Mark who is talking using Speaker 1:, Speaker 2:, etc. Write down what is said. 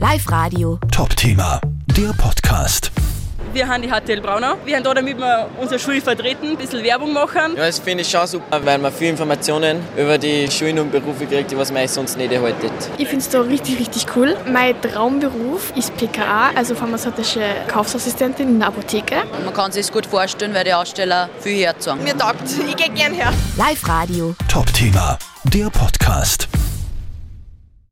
Speaker 1: Live Radio.
Speaker 2: Top-Thema, der Podcast.
Speaker 3: Wir haben die HTL Braunau. Wir haben da, damit wir unsere Schule vertreten, ein bisschen Werbung machen.
Speaker 4: Ja, das finde ich schon super, weil man viel Informationen über die Schulen und Berufe kriegt, die was man eigentlich sonst nicht erhaltet.
Speaker 5: Ich finde es da richtig, richtig cool. Mein Traumberuf ist PKA, also pharmazeutische Kaufsassistentin in der Apotheke.
Speaker 6: Man kann sich gut vorstellen, weil die Aussteller viel herzogen.
Speaker 7: Mir taugt Ich gehe gern her.
Speaker 1: Live Radio.
Speaker 2: Top-Thema, der Podcast.